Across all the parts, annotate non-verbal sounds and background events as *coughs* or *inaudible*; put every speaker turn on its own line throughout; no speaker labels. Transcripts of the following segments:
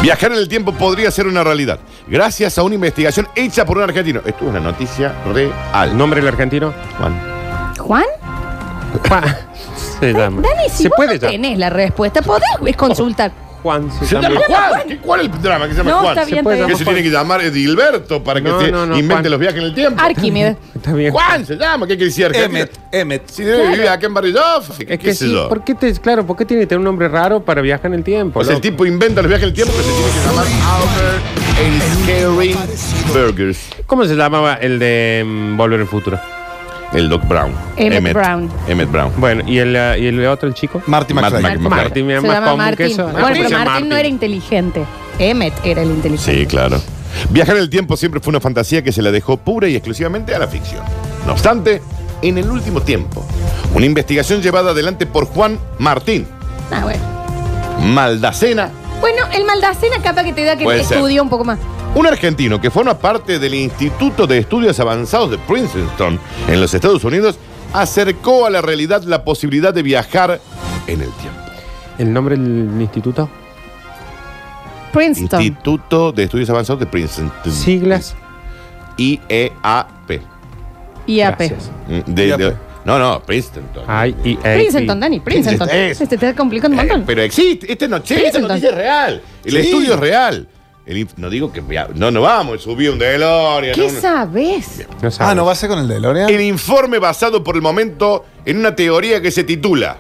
Viajar en el tiempo podría ser una realidad, gracias a una investigación hecha por un argentino. Esto es una noticia real.
¿Nombre del argentino?
Juan.
¿Juan?
Pa- *laughs* Se llama.
Dani, si
Se
vos
puede
no
llamar.
tenés la respuesta, podés consultar.
Juan se,
Se llama
llama.
Juan. ¿Qué- ¿Cuál es el drama que se llama
No,
Juan?
está bien,
puede
está
Que
bien.
se tiene que llamar Edilberto para que
No,
te
no, no,
invente
Juan. Eh,
los viajes en el tiempo.
Arquímedes.
Está bien.
Juan se llama. ¿Qué quiere decir Argentina?
Emmet, Emmet.
Si debe vivir acá en Barrio Yoff, ¿Qué,
Es
qué
que
sé
sí,
yo?
¿por qué te, claro, ¿por qué tiene que tener un nombre raro para viajar en el tiempo?
O sea, el
loco?
tipo inventa los viajes en el tiempo que se tiene que llamar Albert and Scary Burgers.
¿Cómo se llamaba el de mm, Volver al Futuro?
El Doc Brown.
Emmett Brown.
Emmett Brown.
Bueno, ¿y el, eh, y el otro, el chico?
Marty
Matt
McFly.
Mc-
Martín,
Se
es más
llama
común que
Martín.
eso.
Bueno,
Martín
pero
se llama
Martín no era inteligente. Emmet era el inteligente.
Sí, claro. Viajar en el tiempo siempre fue una fantasía que se la dejó pura y exclusivamente a la ficción. No obstante, en el último tiempo, una investigación llevada adelante por Juan Martín
Ah, bueno.
Maldacena,
Bueno, el maldacena capa que te da que
Puede ser.
estudió un poco más.
un argentino que forma parte del Instituto de Estudios Avanzados de Princeton en los Estados Unidos, acercó a la realidad la posibilidad de viajar en el tiempo.
¿El nombre del instituto?
Princeton.
Instituto de Estudios Avanzados de Princeton. E
Siglas.
IEAP.
IAP.
Gracias. E,
Mm, de-
IAP.
de- no, no, Princeton.
IEA.
Princeton, Dani, Princeton.
Es-
Este te complica un
Eh,
montón.
pero existe, este no existe, esta
Princeton.
noticia es real. El
Sí.
estudio es real. El in- no digo que vea- no, no vamos, subí un DeLorean.
¿Qué
no, no.
sabes?
No sabes.
Ah, ¿no va a ser con el de Lorea?
El informe basado por el momento en una teoría que se titula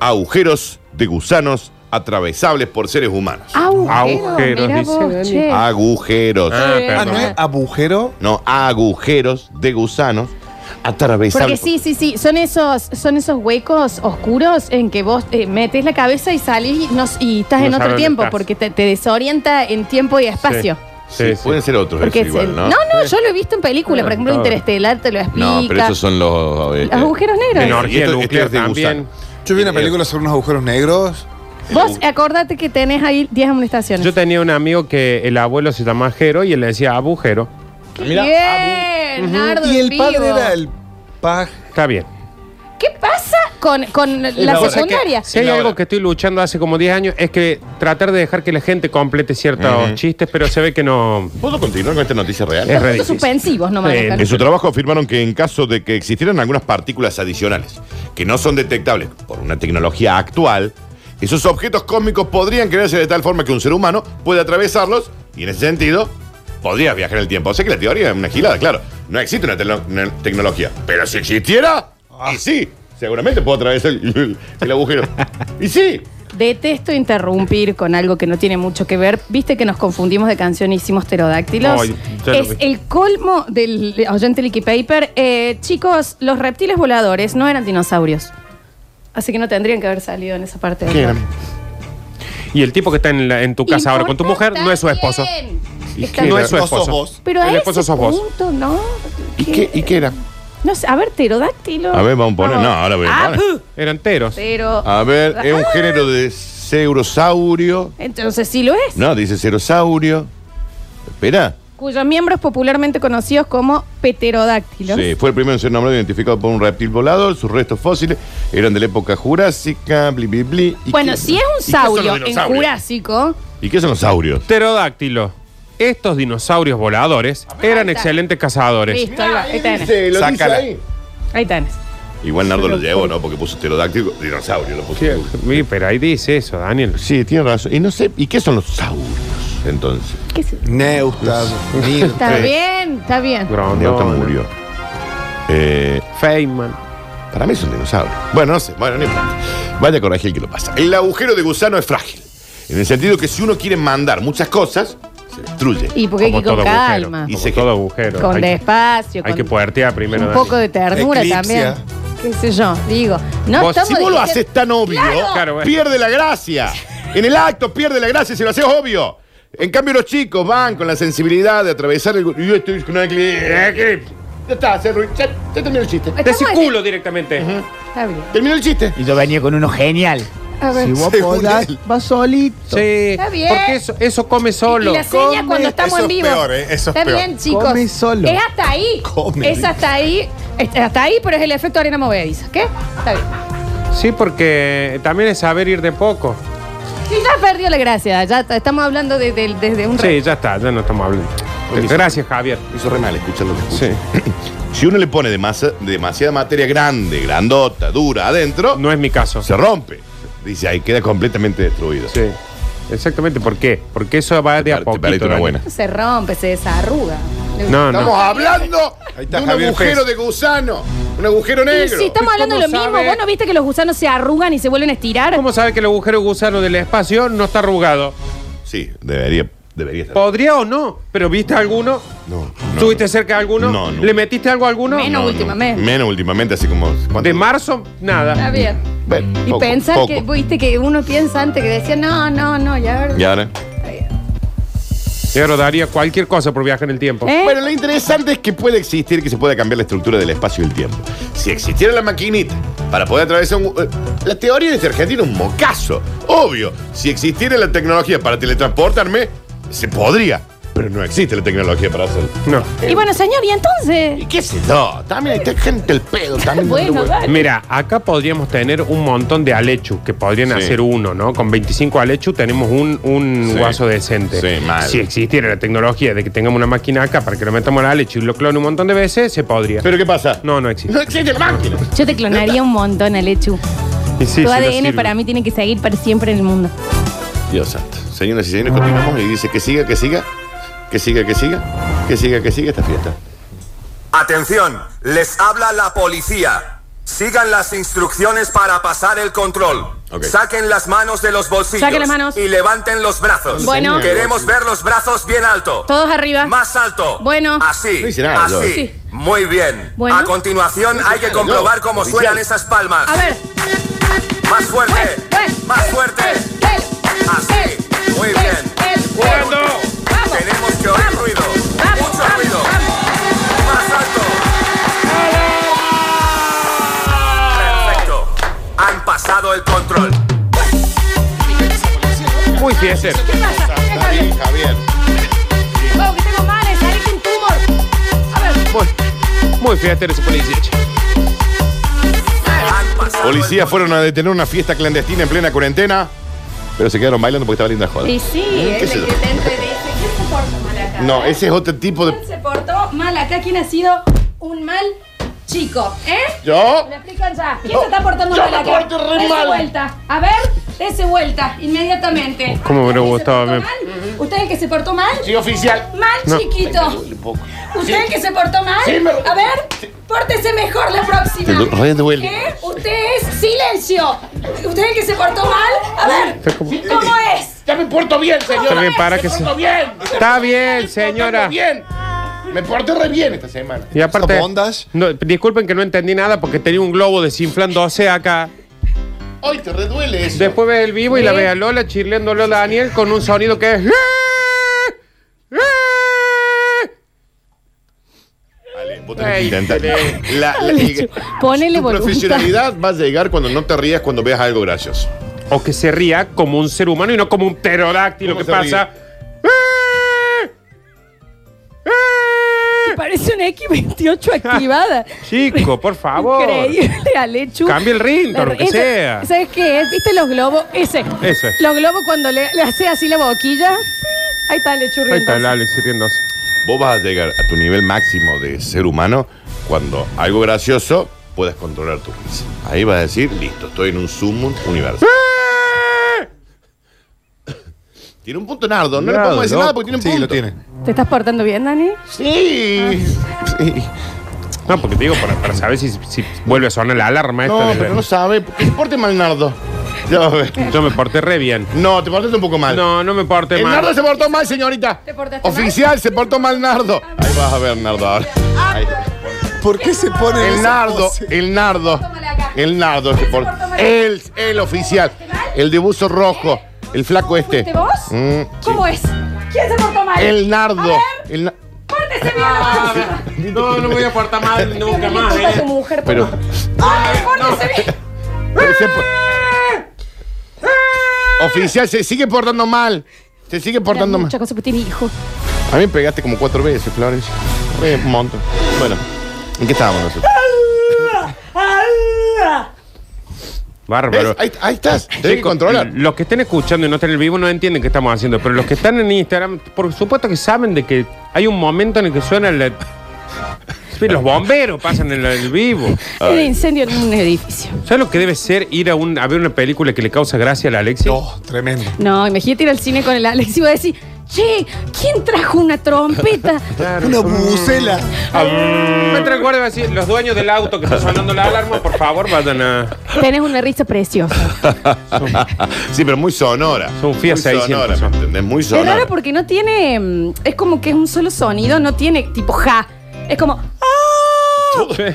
Agujeros de gusanos atravesables por seres humanos.
Ah, Agujeros,
Agujeros,
mira
dice
vos,
Dani.
che.
Agujeros.
Ah,
Ah,
perdón.
¿no es agujero?
No, agujeros de gusanos
Porque
atravesables.
sí, sí, sí, son esos, son esos huecos oscuros en que vos eh, metes la cabeza y salís y, no- y estás
No
en
sabes
otro
dónde
tiempo,
estás.
porque te, te desorienta en tiempo y espacio.
Sí,
Sí, sí.
Pueden ser otros,
Porque
eso
es
igual,
el-
¿no?
no, yo lo he visto en películas, por ejemplo,
Ah, claro.
Interestelar te lo explica.
No, pero esos son los. eh,
Los agujeros negros.
eh,
Energía
y esto- esto
nuclear
es de
también.
gusano.
Yo vi una película sobre unos agujeros negros.
Vos acordate que tenés ahí 10 amonestaciones.
Yo tenía un amigo que el abuelo se llamaba Jero y él le decía agujero.
Mira,
Bien, Nardo
Y
en
el padre
vivo.
era el paj.
Está bien.
¿Qué pasa con, con la
la hora.
secundaria?
Si hay
Laura.
algo que estoy luchando hace como 10 años es que tratar de dejar que la gente complete ciertos chistes, pero se ve que no.
¿Puedo continuar con esta noticia real?
Es re
Puntos
difícil.
suspensivos nomás.
Sí,
Oscar.
En su trabajo afirmaron que en caso de que existieran algunas partículas adicionales que no son detectables por una tecnología actual, esos objetos cósmicos podrían crearse de tal forma que un ser humano puede atravesarlos y en ese sentido podría viajar en el tiempo. O sea que la teoría es una gilada, claro. No existe una, tecno- una tecnología. Pero si existiera,
Ah.
y sí, seguramente puedo atravesar el, el agujero. Y sí.
Detesto interrumpir con algo que no tiene mucho que ver. Viste que nos confundimos de canción y hicimos pterodáctilos.
Ay, ya lo
es
vi.
el colmo del oyente Licky Paper. Eh, chicos, los reptiles voladores no eran dinosaurios. Así que no tendrían que haber salido en esa parte. del
¿Qué
cuerpo.
eran?
Y el tipo que está en, la- en tu casa ahora con tu mujer no es su esposo.
También. Está
No
bien.
es su
No sos
esposo.
vos.
Pero a
el esposo
ese
sos vos.
punto, ¿no?
¿Y qué, ¿Y qué era?
No sé, a ver, pterodáctilo.
A ver, vamos a poner. No, ahora voy a
Ah,
poner.
puh.
Eran teros.
Pero.
A ver, es un
Ah,
género de ceurosaurio.
Entonces sí lo es.
No, dice cerosaurio. Espera.
Cuyos miembros popularmente conocidos como pterodáctilos.
Sí, fue el primero en ser nombrado identificado por un reptil volador. Sus restos fósiles eran de la época jurásica, bli, bli, bli. ¿Y
Bueno,
qué-
si es
¿y
un
qué son los
saurio en
dinosaurios?
Jurásico,
¿Y qué son los saurios?
Pterodáctilo. Estos dinosaurios voladores
ahí
eran
está.
excelentes cazadores.
listo, ahí, va, ahí tenés.
lo dice
Sácala.
ahí.
Ahí tenés.
Igual Nardo lo llevó, ¿no? Porque puso pterodáctico, dinosaurio lo puso.
Sí, pero ahí dice eso, Daniel.
Sí, tiene razón. Y no sé, ¿y qué son los saurios entonces?
¿Qué es-
Neustas.
Está bien, está bien.
Neota
Grondona,
murió. Eh,
Feynman.
Para mí es un dinosaurio. Bueno, no sé. Bueno, no importa. Vaya con Ángel que lo pasa. El agujero de gusano es frágil. En el sentido que si uno quiere mandar muchas cosas, se destruye.
Y porque hay que
Como
ir con
todo
calma.
agujero. Como
se-
todo agujero.
Con
Hay que-
despacio.
Hay
con
que puertear primero.
Un
Dani.
poco de ternura
Eclipsia.
también. Qué sé yo, digo. No
Vos,
estamos
Si vos lo
diciendo-
haces tan obvio,
Claro, bueno.
pierde la gracia. En el acto pierde la gracia si lo haces obvio. En cambio, los chicos van con la sensibilidad de atravesar el. gu- Yo estoy con una cli- eh, clip. Ya está, se arruin- ya, ya terminó el chiste.
Estamos
Decí
en-
culo directamente.
Está bien.
Terminó el chiste.
Y yo venía con uno genial.
A ver.
Si vos
Según
podás,
él.
vas solito.
Sí.
Está bien.
Porque eso, eso come solo.
Y la seña
Come.
cuando estamos
Eso
en
es
vivo.
peor, ¿eh? Eso es
Está
peor.
bien, chicos.
Come solo.
Es hasta ahí.
Come.
Es hasta ahí. Es hasta ahí, pero es el efecto arena movediza. ¿Qué? Está bien.
Sí, porque también es saber ir de poco.
Sí, ya perdió la gracia. Ya está- estamos hablando de- de- desde un
Sí, ya está, ya no estamos hablando.
Buenísimo.
Gracias, Javier.
Me hizo re mal escuchar lo que escuché. Si uno le pone demasa- demasiada materia grande, grandota, dura adentro,
No es mi caso.
se rompe. Dice, ahí queda completamente destruido.
Sí. Exactamente, ¿por qué? Porque eso va de a
Te
poquito.
perdiste una
Dani.
buena.
Se rompe, se desarruga.
No,
Estamos
no.
hablando
Ahí está
de un
Javier
agujero
Pez.
de gusano, un agujero
Y
negro.
si estamos hablando de lo
¿Cómo
mismo,
sabe?
¿vos no viste que los gusanos se arrugan y se vuelven a estirar?
¿Cómo sabe que el agujero gusano del espacio no está arrugado?
Sí, debería, debería estar.
Podría o no, pero ¿viste alguno?
No,
¿Tuviste cerca de alguno?
No, no.
¿Le metiste algo a alguno?
Menos últimamente.
Menos últimamente, así como. ¿cuánto?
De marzo,
Está
nada.
bien.
Bueno,
Y
poco,
pensar
poco.
que, viste, que uno piensa antes que decía, no, no, no, ya ahora-
¿Y ahora?
Pero daría cualquier cosa por viajar en el tiempo.
¿Eh?
Bueno, lo interesante es que puede existir que se pueda cambiar la estructura del espacio y el tiempo. Si existiera la maquinita para poder atravesar un. eh, La teoría de este argentino es un mocazo. Obvio. Si existiera la tecnología para teletransportarme, se podría. Pero no existe la tecnología para hacerlo.
No.
Y bueno, señor, ¿y entonces?
¿Y qué sé yo? También hay gente el pedo. También
Bueno, dale.
Mira, acá podríamos tener un montón de Alechu, que podrían
Sí.
hacer uno, ¿no? Con 25 Alechu tenemos un, un
Sí.
guaso decente.
Sí, mal.
Si existiera la tecnología de que tengamos una máquina acá para que lo metamos al Alechu y lo clone un montón de veces, se podría.
¿Pero qué pasa?
no, no existe.
No existe la máquina.
Yo te clonaría un montón, Alechu.
Y
tu
sí, sí, no
ADN
sirve.
para mí tiene que seguir para siempre en el mundo.
Dios santo. Señoras y señores, continuamos y dice que siga, que siga, que siga, que siga, que siga, que siga esta fiesta.
Atención, les habla la policía. Sigan las instrucciones para pasar el control.
Ok.
Saquen las manos de los bolsillos.
Saquen las manos.
Y levanten los brazos.
Bueno.
Queremos ver los brazos bien alto.
Todos arriba.
Más alto.
Bueno.
Así.
No hice nada, yo.
así.
Sí.
Muy bien.
Bueno.
A continuación hay que
nada,
comprobar
yo.
cómo
Oficial.
suenan esas palmas.
A ver. pues,
Más fuerte. Más fuerte. Así. Muy bien.
¡Jugando!
Pues, Vamos.
Tenemos que oír
Vamos.
ruido.
Vamos,
Mucho
vamos,
ruido.
vamos.
Más alto. Perfecto. Han pasado el control.
Muy fiel.
¿Qué pasa? ¿Qué
Está bien,
pasa?
Javier.
Wow, que tengo manes, ahí que un tumor. A ver.
Muy, muy fiestero ese policía. che.
Han pasado
Policías fueron a detener una fiesta clandestina en plena cuarentena, pero se quedaron bailando porque estaba linda joda.
Y sí,
¿Qué
el
es eso?
dentro dice, ¿quién se portó mal acá?
No,
eh?
ese es otro tipo de.
¿Quién se portó mal acá? ¿Quién ha sido un mal chico? ¿Eh?
Yo.
Me explican ya. ¿Quién
No,
se está portando
yo
mal
me
acá?
porto re
Dese
mal.
vuelta. A ver, dese vuelta, inmediatamente.
¿Cómo me
¿Usted el
hubiera
que se
gustado
portó
a mí?
mal? ¿Usted es el que se portó mal?
Sí, oficial.
Mal
No.
chiquito.
Un poco.
¿Usted es el que se portó mal?
Sí, me-
A ver, pórtese mejor la
Te
próxima.
lo- re duele.
¿Eh? Usted es silencio. ¿Usted es el que se portó mal? A ver,
Está como-
¿cómo es?
Ya me porto bien, señor.
Está bien, para que se.
bien.
Está bien, señora.
bien. Me porté re bien esta semana.
Y aparte.
Esas bondas.
No, disculpen que no entendí nada porque tenía un globo desinflándose acá.
Hoy te reduele eso.
Después ve el vivo y
¿Eh?
la ve a Lola chirleándolo a Daniel con un sonido que es. "¡Eh!
Vale, vos tenés que
Ey,
intentar.
tenés.
La, la-
Ponele
tu
voluntad.
profesionalidad va a llegar cuando no te rías cuando veas algo gracioso.
O que se ría como un ser humano y no como un pterodáctilo
¿Cómo
que
se
pasa. ¡Eh!
Parece una X28 activada.
Chico, por favor.
Increíble, Alechu.
Cambia el ringtone, lo que
Ese-
sea.
¿Sabes qué es? ¿Viste los globos? Ese.
Ese.
Los globos cuando le, le hace así la boquilla. Ahí está Alechu
Ahí
riendo.
está el Alex riéndose.
Vos vas a llegar a tu nivel máximo de ser humano cuando algo gracioso puedas controlar tu risa. Ahí vas a decir, listo, estoy en un sumum
*coughs*
universo. Tiene un punto nardo, no le
Nardo,
podemos decir
loco.
nada porque tiene un
Sí,
punto.
lo tiene.
¿Te estás portando bien, Dani?
Sí.
Ah.
Sí.
No, porque te digo, para, para saber si, si vuelve a sonar la alarma esta.
No,
de-
pero no sabe. ¿Por qué se porte mal nardo? Ya vas a ver.
Yo me porté re bien.
No, te portaste un poco mal.
No, no me porté
El
mal.
Nardo se portó mal, señorita.
¿Te portaste
Oficial, se portó mal Nardo. Ahí vas a ver, Nardo. ahora. Ahí.
¿Por qué se pone en
El
esa
Nardo,
pose?
el Nardo.
Tómala acá.
El Nardo se portó.
portó mal?
El, el oficial. El de buzo rojo. El flaco este.
¿Fuiste vos?
Mm,
¿Cómo es? ¿Quién se portó mal?
El
A
Nardo.
ver,
El na-
pórtese bien la próxima.
No, no me voy a portar mal nunca
Dame
más,
disculpa a tu
eh.
mujer, por
Pero.
favor. Ay, pórtese bien.
*laughs* pero se po- Oficial, se sigue portando mal. Se sigue portando mal.
Mucha cosa, porque tiene hijo.
A mí me pegaste como cuatro veces, Florencia. Fue Un montón. Bueno, ¿en qué estábamos nosotros? ¿Ves?
Bárbaro.
Ahí, ahí estás. Tienes que
Chicos,
controlar.
Los que estén escuchando y no estén en el vivo no entienden qué estamos haciendo, pero los que están en Instagram, por supuesto que saben de que hay un momento en el que suena el... Sí, los bomberos pasan en el vivo.
Un incendio en un edificio.
¿Sabes lo que debe ser ir a, un, a ver una película que le causa gracia a la Alexia?
No, Oh, tremendo.
No, imagínate ir al cine con el Alex y va a decir, che, ¿quién trajo una trompeta?
Una bucela.
Me entra Mm. el guardia y va a decir, los dueños del auto que está sonando la alarma, por favor, vayan a...
Tenés una risa preciosa.
*laughs* sí, pero muy sonora.
Son Fiat
Muy
600
sonora, ¿me
son.
entendés? Muy
Es
sonora.
raro porque no tiene. mm, Es como que es un solo sonido, no tiene tipo ja. Es como. ¡ah!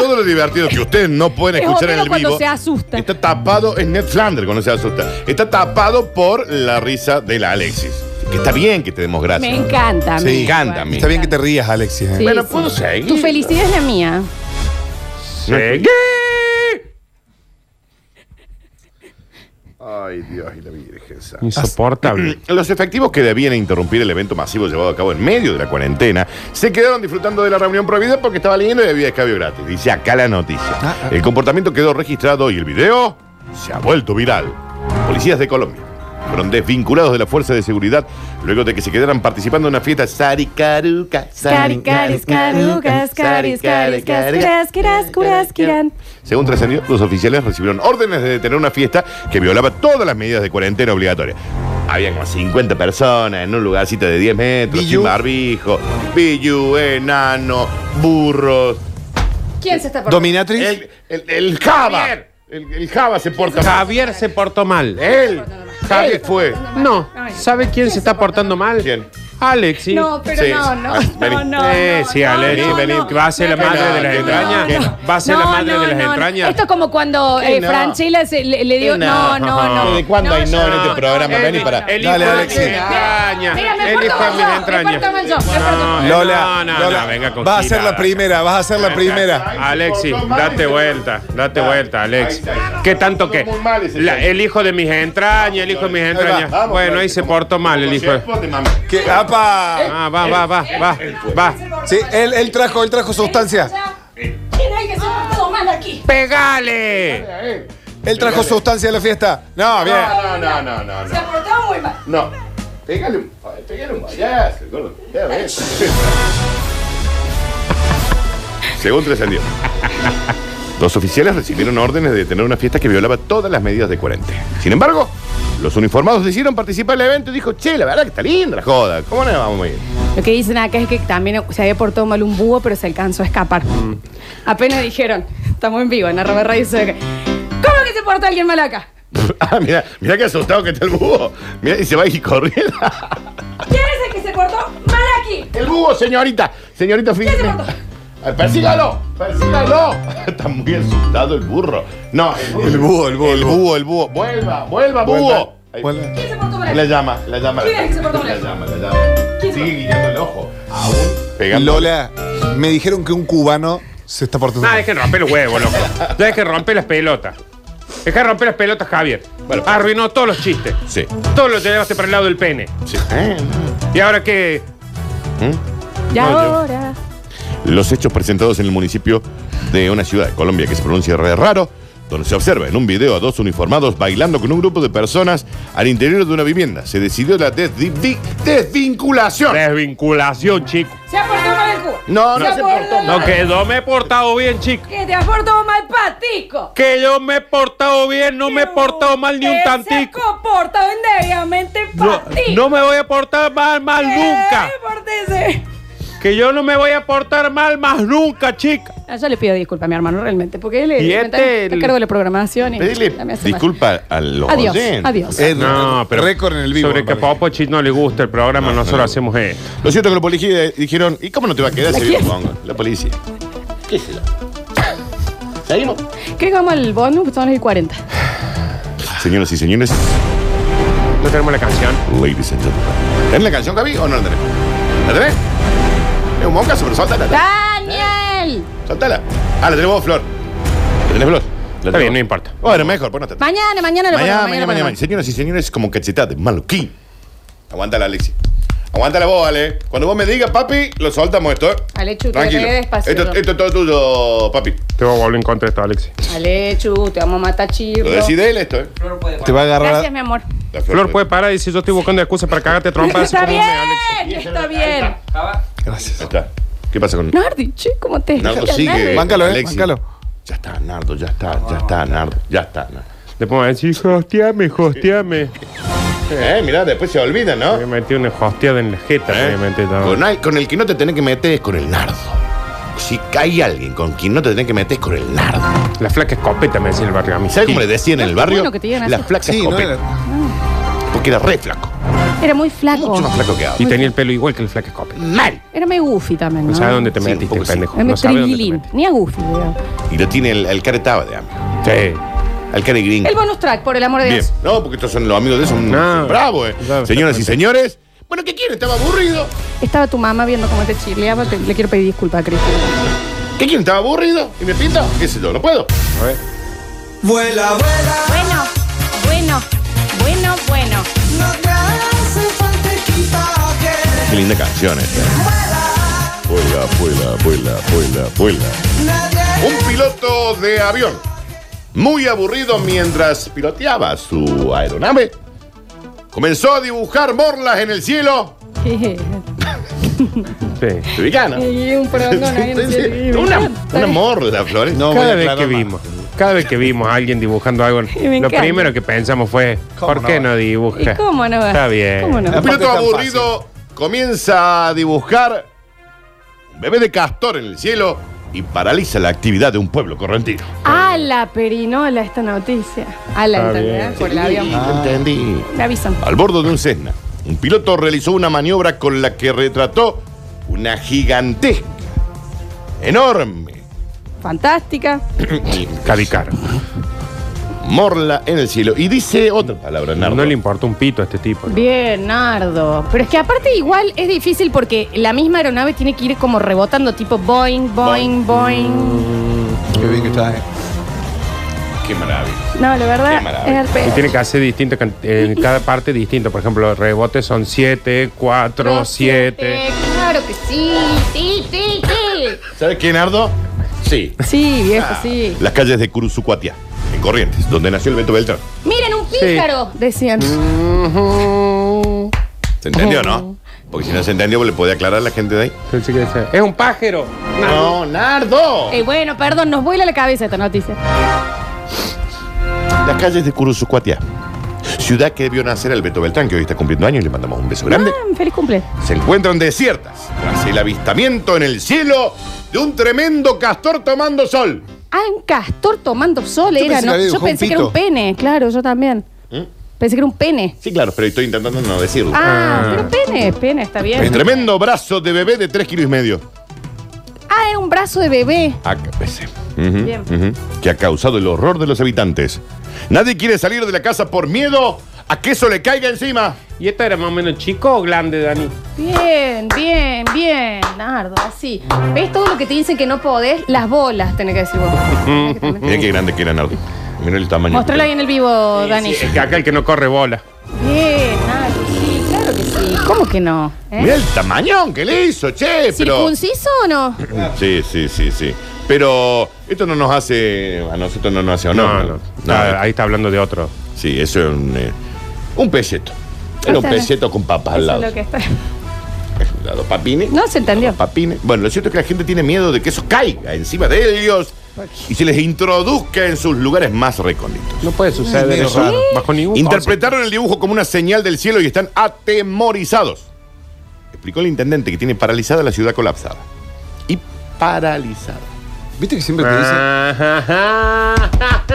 Todo lo divertido que ustedes no pueden
Es
escuchar en
Homero
el
cuando
vivo.
se asusta.
Está tapado, es Ned Flanders cuando se asusta. Está tapado por la risa de la Alexis. Que está bien que te demos gracias.
Me encanta,
Sí,
me
encanta a mí.
Está bien que te rías, Alexis. ¿eh?
Sí,
Bueno,
sí.
puedo seguir.
Tu felicidad es la mía.
Seguí.
Ay, Dios y la Virgen Santa.
Insoportable.
Los efectivos que debían interrumpir el evento masivo llevado a cabo en medio de la cuarentena se quedaron disfrutando de la reunión prohibida porque estaba leyendo y había escabio gratis. Dice acá la noticia. El comportamiento quedó registrado y el video se ha vuelto viral. Policías de Colombia fueron desvinculados de la fuerza de seguridad luego de que se quedaran participando en una fiesta saricaruca.
Cari, caris, carucas, caris, caris, cascuras, quiras, curas, quirán.
Según trascendió, los oficiales recibieron órdenes de detener una fiesta que violaba todas las medidas de cuarentena obligatorias. Habían como 50 personas en un lugarcito de 10 metros,
Billú.
sin barbijo, billu, enano, burros.
¿Quién se está por
Dominatrix.
Eh,
El, el, el Java.
Javier.
El, el Java se porta mal.
Javier se portó mal.
Él. Javier
Javier.
fue.
No. ¿Sabe quién se está portando mal?
¿Quién?
Alexis.
No, pero
Sí.
no, no,
Ah, vení.
no, no.
Eh,
no,
sí,
no,
Ale,
no,
vení,
no.
que va a ser la madre de las
No,
entrañas.
no.
Va a ser la
No,
madre de
no,
las
no, no.
entrañas.
Esto es como cuando eh,
no?
Franchella se- le, le dio.
¿Qué
No,
no?
no, no.
¿De cuándo hay no en este
eh,
programa? Vení para-
El hijo
Dale,
de mis
Alexis.
entrañas.
Mira, me
El
porto
hijo de
mal yo,
mis
me
entrañas.
porto mal yo, me porto
No,
mal.
Lola,
no, no,
Lola,
no, venga con
vas a ser
gilada.
la primera, vas a ser la primera.
Alexis, date vuelta, date vuelta, Alex.
Ahí está.
¿Qué tanto que?
Muy mal ese
La-
tema.
el hijo de mis entrañas, el hijo de mis entrañas.
Vamos,
Bueno, ahí
Flores,
se
como-
portó mal el
como
hijo.
chef de mamá.
Que, apa.
Ah, va, va, va, va, va.
Sí, él, él trajo, él trajo sustancia.
¿Quién hay que se ha portado mal aquí?
¡Pegale!
Él trajo sustancia a la fiesta. No, bien.
Ah.
No, no, no, no, no.
Se ha portado muy mal.
No. Pégale un, pégale un payaso, gordo. Ya ves. *laughs* Según trascendió. Los oficiales recibieron órdenes de detener una fiesta que violaba todas las medidas de cuarentena. Sin embargo, los uniformados decidieron participar del evento y dijo, che, la verdad que está linda la joda, ¿cómo no vamos a ir? *laughs*
Lo que dicen acá es que también se había portado mal un búho, pero se alcanzó a escapar.
Mm.
Apenas dijeron, estamos en vivo en arroba radio Sueca. ¿Cómo que se portó alguien mal acá?
ah, mira, mira qué asustado que está el búho. Mira, y se va a ir corriendo. *laughs*
¿Quién es el que se portó mal aquí?
el búho, señorita. Señorita Fini. Persígalo, persígalo. *laughs* Está muy asustado el burro. No, el burro.
El búho, el búho,
El
el
búho, el búho. Vuelva, vuelva, búho. Ahí.
Vuelve.
¿Quién se portó mal
La
aquí?
llama, la llama.
¿Quién es que se portó mal?
La llama, la llama.
¿Quién se
Sigue
portó?
guiñando el ojo. Aún pegando.
Lola, me dijeron que un cubano se está portando.
No,
mal.
dejen romper los huevos, loco. Ya dejen romper las pelotas. Deja de romper las pelotas, Javier.
Bueno.
Arruinó todos los chistes.
Sí,
Todos los llevaste para el lado del pene.
sí.
¿Y ahora qué?
Y ahora.
Los hechos presentados en el municipio de una ciudad de Colombia que se pronuncia re raro, donde se observa en un video a dos uniformados bailando con un grupo de personas al interior de una vivienda. Se decidió la desdi- di- desvinculación.
Desvinculación, chico.
Se ha portado mal el cubo.
No, no se
ha
portó mal.
No, que yo me he portado bien, chico.
Que te has portado mal, patico.
Que yo me he portado bien, no me he portado mal ni un
Que
tantico.
Se ha comportado indebidamente,
No,
patico.
no me voy a portar mal, mal nunca.
Eh, pórtese.
Que yo no me voy a portar mal más nunca, chica.
Ah, yo le pido disculpas a mi hermano, realmente, porque él es
Y este,
está a
el-
cargo de la programación. Y
Pedile
ya me hace mal.
disculpa a los
Adiós,
oyentes.
adiós.
Es récord en el vivo.
Sobre
me
que a
parece.
Popochi no le gusta el programa, nosotros hacemos esto.
Lo cierto es que los policías dijeron, ¿y cómo no te va a quedar ese
¿Quién?
bongo? La policía. ¿Qué es eso? ¿Seguimos?
¿Qué como el bonus? Son las y 40.
Señoras y señores,
No tenemos la canción.
ladies and gentlemen. ¿Tenés la canción, Gaby, o no la tenés? ¿La tenés? Es un moncazo, pero soltala.
¡Daniel!
Saltala. Ah, la tenés vos, Flor. ¿La tenés, Flor? La
Está
tenés vos.
bien, no importa.
Bueno, mejor, pues no está.
Mañana, mañana lo ponemos,
Mañana, mañana,
lo
mañana, mañana.
ponemos.
Señoras y señores, como cachetate, maluquín. Aguántala, Alexi. Aguántala vos, Ale. Cuando vos me digas, papi, lo soltamos esto. ¿eh?
Ale, chute,
Tranquilo.
ve despacio.
Esto, esto es todo tuyo, papi.
Te voy a volver en contra de esto, Alexis.
Ale, chu, te vamos a matar chirro.
Lo decide él esto, ¿eh?
Te va a
Gracias,
agarrar.
mi amor. *laughs*
La
Flor puede parar y si yo estoy buscando excusas para cagarte a trompadas.
Está
como me,
bien,
Alexis.
está bien.
Gracias.
Ahí está. ¿Qué pasa con
Nardi, che, ¿cómo te
Nardo?
Nardi.
Sigue.
Báncalo, eh,
Alexi.
báncalo.
Ya está, Nardo, ya está,
Ah,
ya está, Nardo, ya está. Nardo.
Después me decís, hostiame, hostiame.
Eh, mirá, después se olvida, ¿no?
Me metí una hostiada en la jeta,
¿Eh?
obviamente. ¿no?
Con, al- con el que no te tenés que meter es con el nardo. Si hay alguien con quien no te tenés que meter es con el nardo.
La flaca escopeta me decía el barrio a mí.
¿Sabes cómo le decían en el
Qué
barrio?
bueno que te digan
la
así.
flaca
Sí, no
escopeta.
era-
Porque era re flaco.
Era muy flaco.
Mucho más flaco que ahora.
Y tenía el pelo igual que el flaca escopeta.
Mal.
Era medio goofy también, ¿no?
No sabes dónde te
Sí, un
metiste,
poco sí.
pendejo.
Era medio
No sabes dónde te
trililín.
metiste.
Ni a goofy, digamos.
Y lo tiene el, el caretaba de hambre.
Sí.
El care gringo.
El bonus track, por el amor de
Bien.
Dios.
No, porque estos son los amigos de esos.
No.
Bravo, eh.
Claro,
Señoras y
exactamente.
señores. Bueno, ¿qué quieren? Estaba aburrido.
Estaba tu mamá viendo cómo te chirleaba. te- le quiero pedir disculpas a Cristian.
¿Qué quieren? Estaba aburrido. ¿Y me pinta? ¿Qué sé yo? No puedo.
A ver.
Bueno, bueno, bueno, bueno.
No te hace falta equipaje.
Qué linda canción esta. Vuela, vuela, vuela, vuela, vuela.
Nadie
Un piloto de avión, muy aburrido mientras piloteaba su aeronave, comenzó a dibujar morlas en el cielo.
*laughs* Sí.
Ubicana.
Y un prongón ahí
*laughs*
en el cielo.
Una, una morla, Flores. No,
Cada
voy a
vez
aclarar
que
más.
vimos, cada vez que vimos a alguien dibujando algo,
*laughs* me
lo
encanta.
primero que pensamos fue,
¿Cómo
¿por
no
qué
va?
no
¿Y
dibuja?
cómo no?
Está bien.
¿Cómo no?
Un piloto
Aparte es tan
aburrido comienza a dibujar un bebé de castor en el cielo y paraliza la actividad de un pueblo correntino.
A la perinola esta noticia. A la
Está
¿entendés?
bien.
Por el avión.
Entendí.
Me avisan.
Al bordo de un Cessna, un piloto realizó una maniobra con la que retrató una gigantesca, enorme
*coughs*
Fantástica.
Cavicar.
morla en el cielo. Y dice otra palabra, Nardo.
No le importa un pito a este tipo. ¿no?
Bien, Nardo. Pero es que aparte igual es difícil porque la misma aeronave tiene que ir como rebotando tipo boing, boing,
Mm.
boing.
Qué bien que está, eh.
Qué maravilla.
No, la
Qué
verdad
maravilla.
es
Y
arpe-
tiene que hacer distinto, can-
*laughs*
en cada parte distinto. Por ejemplo, rebotes son 7, 4, 7.
Claro que sí. Sí, sí, sí.
Ah.
¿Sabes qué, Nardo? Sí.
Sí, viejo, sí.
Las calles de Curuzucuatia, en Corrientes, donde nació el Beto Beltrán.
Miren un pícaro, decían.
Mm.
¿Se entendió, no? Porque si no se entendió, le puede aclarar a la gente de ahí.
Es un pájaro.
No, Nardo.
Eh, bueno, perdón, nos vuela la cabeza esta noticia.
Las calles de Curuzucuatia, ciudad que debió nacer el Beto Beltrán, que hoy está cumpliendo años y le mandamos un beso grande.
Ah, feliz cumple.
se encuentran desiertas tras el avistamiento en el cielo de un tremendo castor tomando sol.
Ah, un castor tomando sol
Yo
era,
pensé que
¿no?
había
Yo
dibujado un
pensé que era un
pito. ¿Mm?
pene, claro, yo también. Pensé que era un pene.
Sí, claro, pero estoy intentando no decirlo.
Ah, pero pene, pene, está bien.
El tremendo brazo de bebé de 3 kilos y medio.
Ah, es un brazo de bebé.
Acá, ese. Ujú,
Bien.
ujú, Que ha causado el horror de los habitantes. Nadie quiere salir de la casa por miedo a que eso le caiga encima.
¿Y esta era más o menos chico o grande, Dani?
Bien, bien, bien, Nardo, así. ¿Ves todo lo que te dicen que no podés? Las bolas tenés que decir
*laughs*
vos.
Mira qué grande que era Nardo. Mira el tamaño.
Mostralo ahí en el vivo, Dani.
Sí, es que acá el que no corre bola.
Bien, Nardo, sí, claro que sí. ¿Cómo que no? ¿Eh?
Mira el tamañón que le hizo, che, pero.
¿Circunciso o no?
Sí, sí, sí, sí. Pero esto no nos hace. A nosotros no nos hace honor.
No, no.
Nada.
Ah, ahí está hablando de otro.
Sí, eso es un, eh, un peseto. Era un
Está bien.
peseto con papas al
Eso
lado.
es lo que está.
Al lado papines.
No se entendió.
Papines. Bueno, lo cierto es que la gente tiene miedo de que eso caiga encima de ellos y se les introduzca en sus lugares más recónditos.
No puede suceder
medio
eso
raro.
bajo ningún
Interpretaron el dibujo como una señal del cielo y están atemorizados. Explicó el intendente que tiene paralizada la ciudad colapsada. Y paralizada.
Viste que siempre te dicen.
Ah,
Ah.
concepto.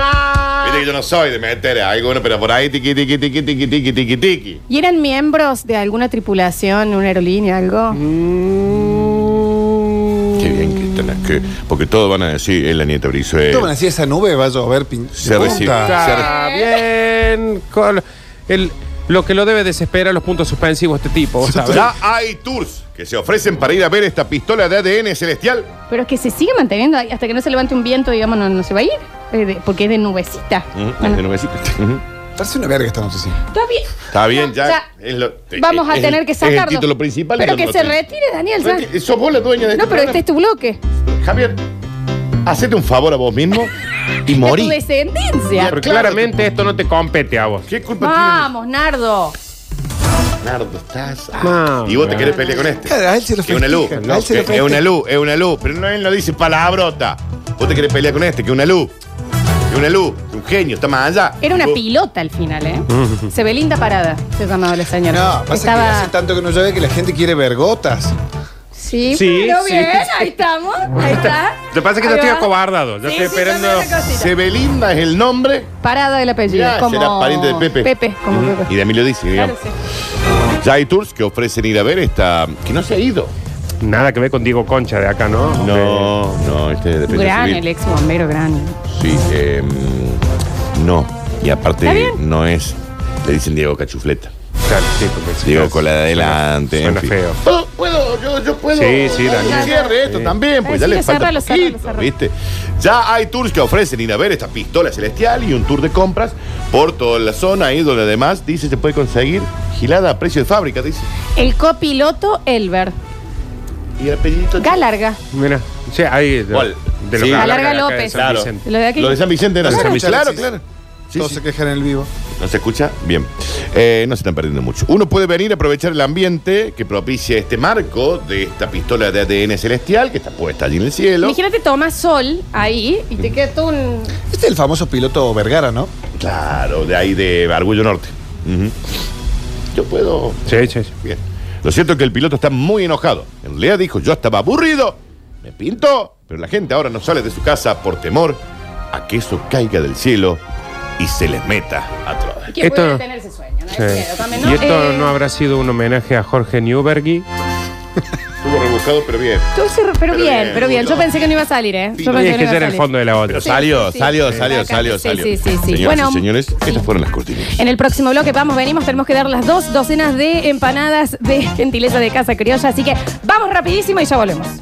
Viste que yo no soy de meter a alguno, pero por ahí tiqui, tiqui, tiqui, tiqui, tiqui, tiqui, tiqui.
¿Y eran miembros de alguna tripulación, una aerolínea, algo? Mm.
Qué bien que están aquí. Porque todos van a decir, es la nieta Brizuela.
Toman así esa nube, va a llover pin.
Se
de punta.
recibe.
Está ah, bien. Con el- lo que lo debe desesperar los puntos suspensivos este tipo, vos sabés.
Ya hay tours que se ofrecen para ir a ver esta pistola de ADN celestial.
Pero es que se sigue manteniendo ahí hasta que no se levante un viento, digamos, no, no se va a ir. eh, de- porque es de nubecita. Bueno,
Parece una verga esta noche, sí.
está bien.
Está bien, ya.
Ya.
es lo-
Vamos a
es-
tener que
es el
sacarlo.
título principal.
Pero
y
que
lo-
se retire, Daniel. ya.
Reti- Sos vos la dueña de
No,
este
pero este es tu bloque.
programa. Javier, hacete un favor a vos mismo y
Es tu
morí.
descendencia.
claro
Pero claramente esto no te compete a vos.
¿Qué culpa
Vamos, Nardo.
tiene Nardo? Estás. Ah,
No,
y vos te
no.
querés pelear con este.
Claro, a él se lo
Es una luz.
festejan, a él se lo
Es una
festejan.
luz, es una luz. Pero no, él no dice palabrota. Vos te querés pelear con este, que es una luz. Que es una luz. que es un genio, está más allá.
Era una
Vos-
pilota al final, ¿eh? Se ve linda parada, se llamaba la señora.
No, pasa que
Estaba.
hace tanto que no llueve que la gente quiere vergotas.
Sí,
Sí,
pero
sí.
bien, ahí estamos. Ahí está.
Lo que pasa es que
Ahí
yo estoy
va.
acobardado. Yo
Sí,
estoy
sí, yo
esperando.
sé una cosita.
Sebelinda es el nombre.
Parada del apellido.
Mirá,
como...
será pariente de Pepe.
Pepe, como Pepe.
Y de Emilio dice,
Claro,
digamos.
sí.
Ya hay tours que ofrecen ir a ver esta. que no se ha ido.
Nada que ver con Diego Concha de acá, ¿no? De-
No, no, este es de defensa
Gran,
civil.
el ex bombero, gran.
Sí, eh, mm, no. Y
Está
aparte
bien.
no es. Le dicen Diego Cachufleta.
Claro, chicos, pues,
Digo,
chicas.
con la de adelante.
Suena
en fin.
feo.
¿Puedo, puedo, yo, yo puedo.
Sí, sí,
dar un
Daniel.
Cierre esto
Sí.
también, pues
Eh,
ya
sí,
le falta
cerralo, cerralo,
poquito,
cerralo.
¿viste? Ya hay tours que ofrecen ir a ver esta pistola celestial y un tour de compras por toda la zona ahí donde además dice se puede conseguir gilada a precio de fábrica, dice.
El copiloto Elber.
Y el apellido.
Galarga.
Mira, sí, ahí. de-
¿Cuál?
De lo
Sí.
que
Alarga
hablan acá de
López.
San
Claro.
Vicente.
Lo de aquí.
Lo de San Vicente era.
Lo de San Vicente,
claro,
sí.
claro. Sí,
Todos
sí.
se quejan en el vivo.
No se escucha, bien. Eh, no se están perdiendo mucho. Uno puede venir a aprovechar el ambiente que propicia este marco de esta pistola de ADN celestial que está puesta allí en el cielo.
Imagínate, tomas sol ahí y te queda todo un.
Este es el famoso piloto Vergara, ¿no?
Claro, de ahí de Argullo Norte. Ujú. Yo puedo.
Sí, sí, sí.
Bien. Lo cierto es que el piloto está muy enojado. En realidad dijo, yo estaba aburrido, me pintó, pero la gente ahora no sale de su casa por temor a que eso caiga del cielo y se les meta atrás.
Que
Esto-
puede tener ese sueño, ¿no?
Sí.
Ese miedo también,
Y esto
Eh,
no habrá sido un homenaje a Jorge Newbergi.
Estuvo rebuscado, pero bien.
tú sí, pero, bien, pero bien. Yo
boludo.
pensé que no iba a salir, ¿eh?
Sí,
Yo
Y
pensé
es que
no
ya
iba a
era el
salir.
fondo de la
Pero
bota.
Sí,
salió,
sí, sí.
salió,
Sí,
salió,
acá,
salió,
sí,
salió.
sí, sí, sí.
Señoras
Bueno,
y señores, estas fueron las cortinas.
En el próximo bloque, vamos, venimos, tenemos que dar las *laughs* dos docenas de empanadas de gentileza de casa criolla. Así que vamos rapidísimo y ya volvemos.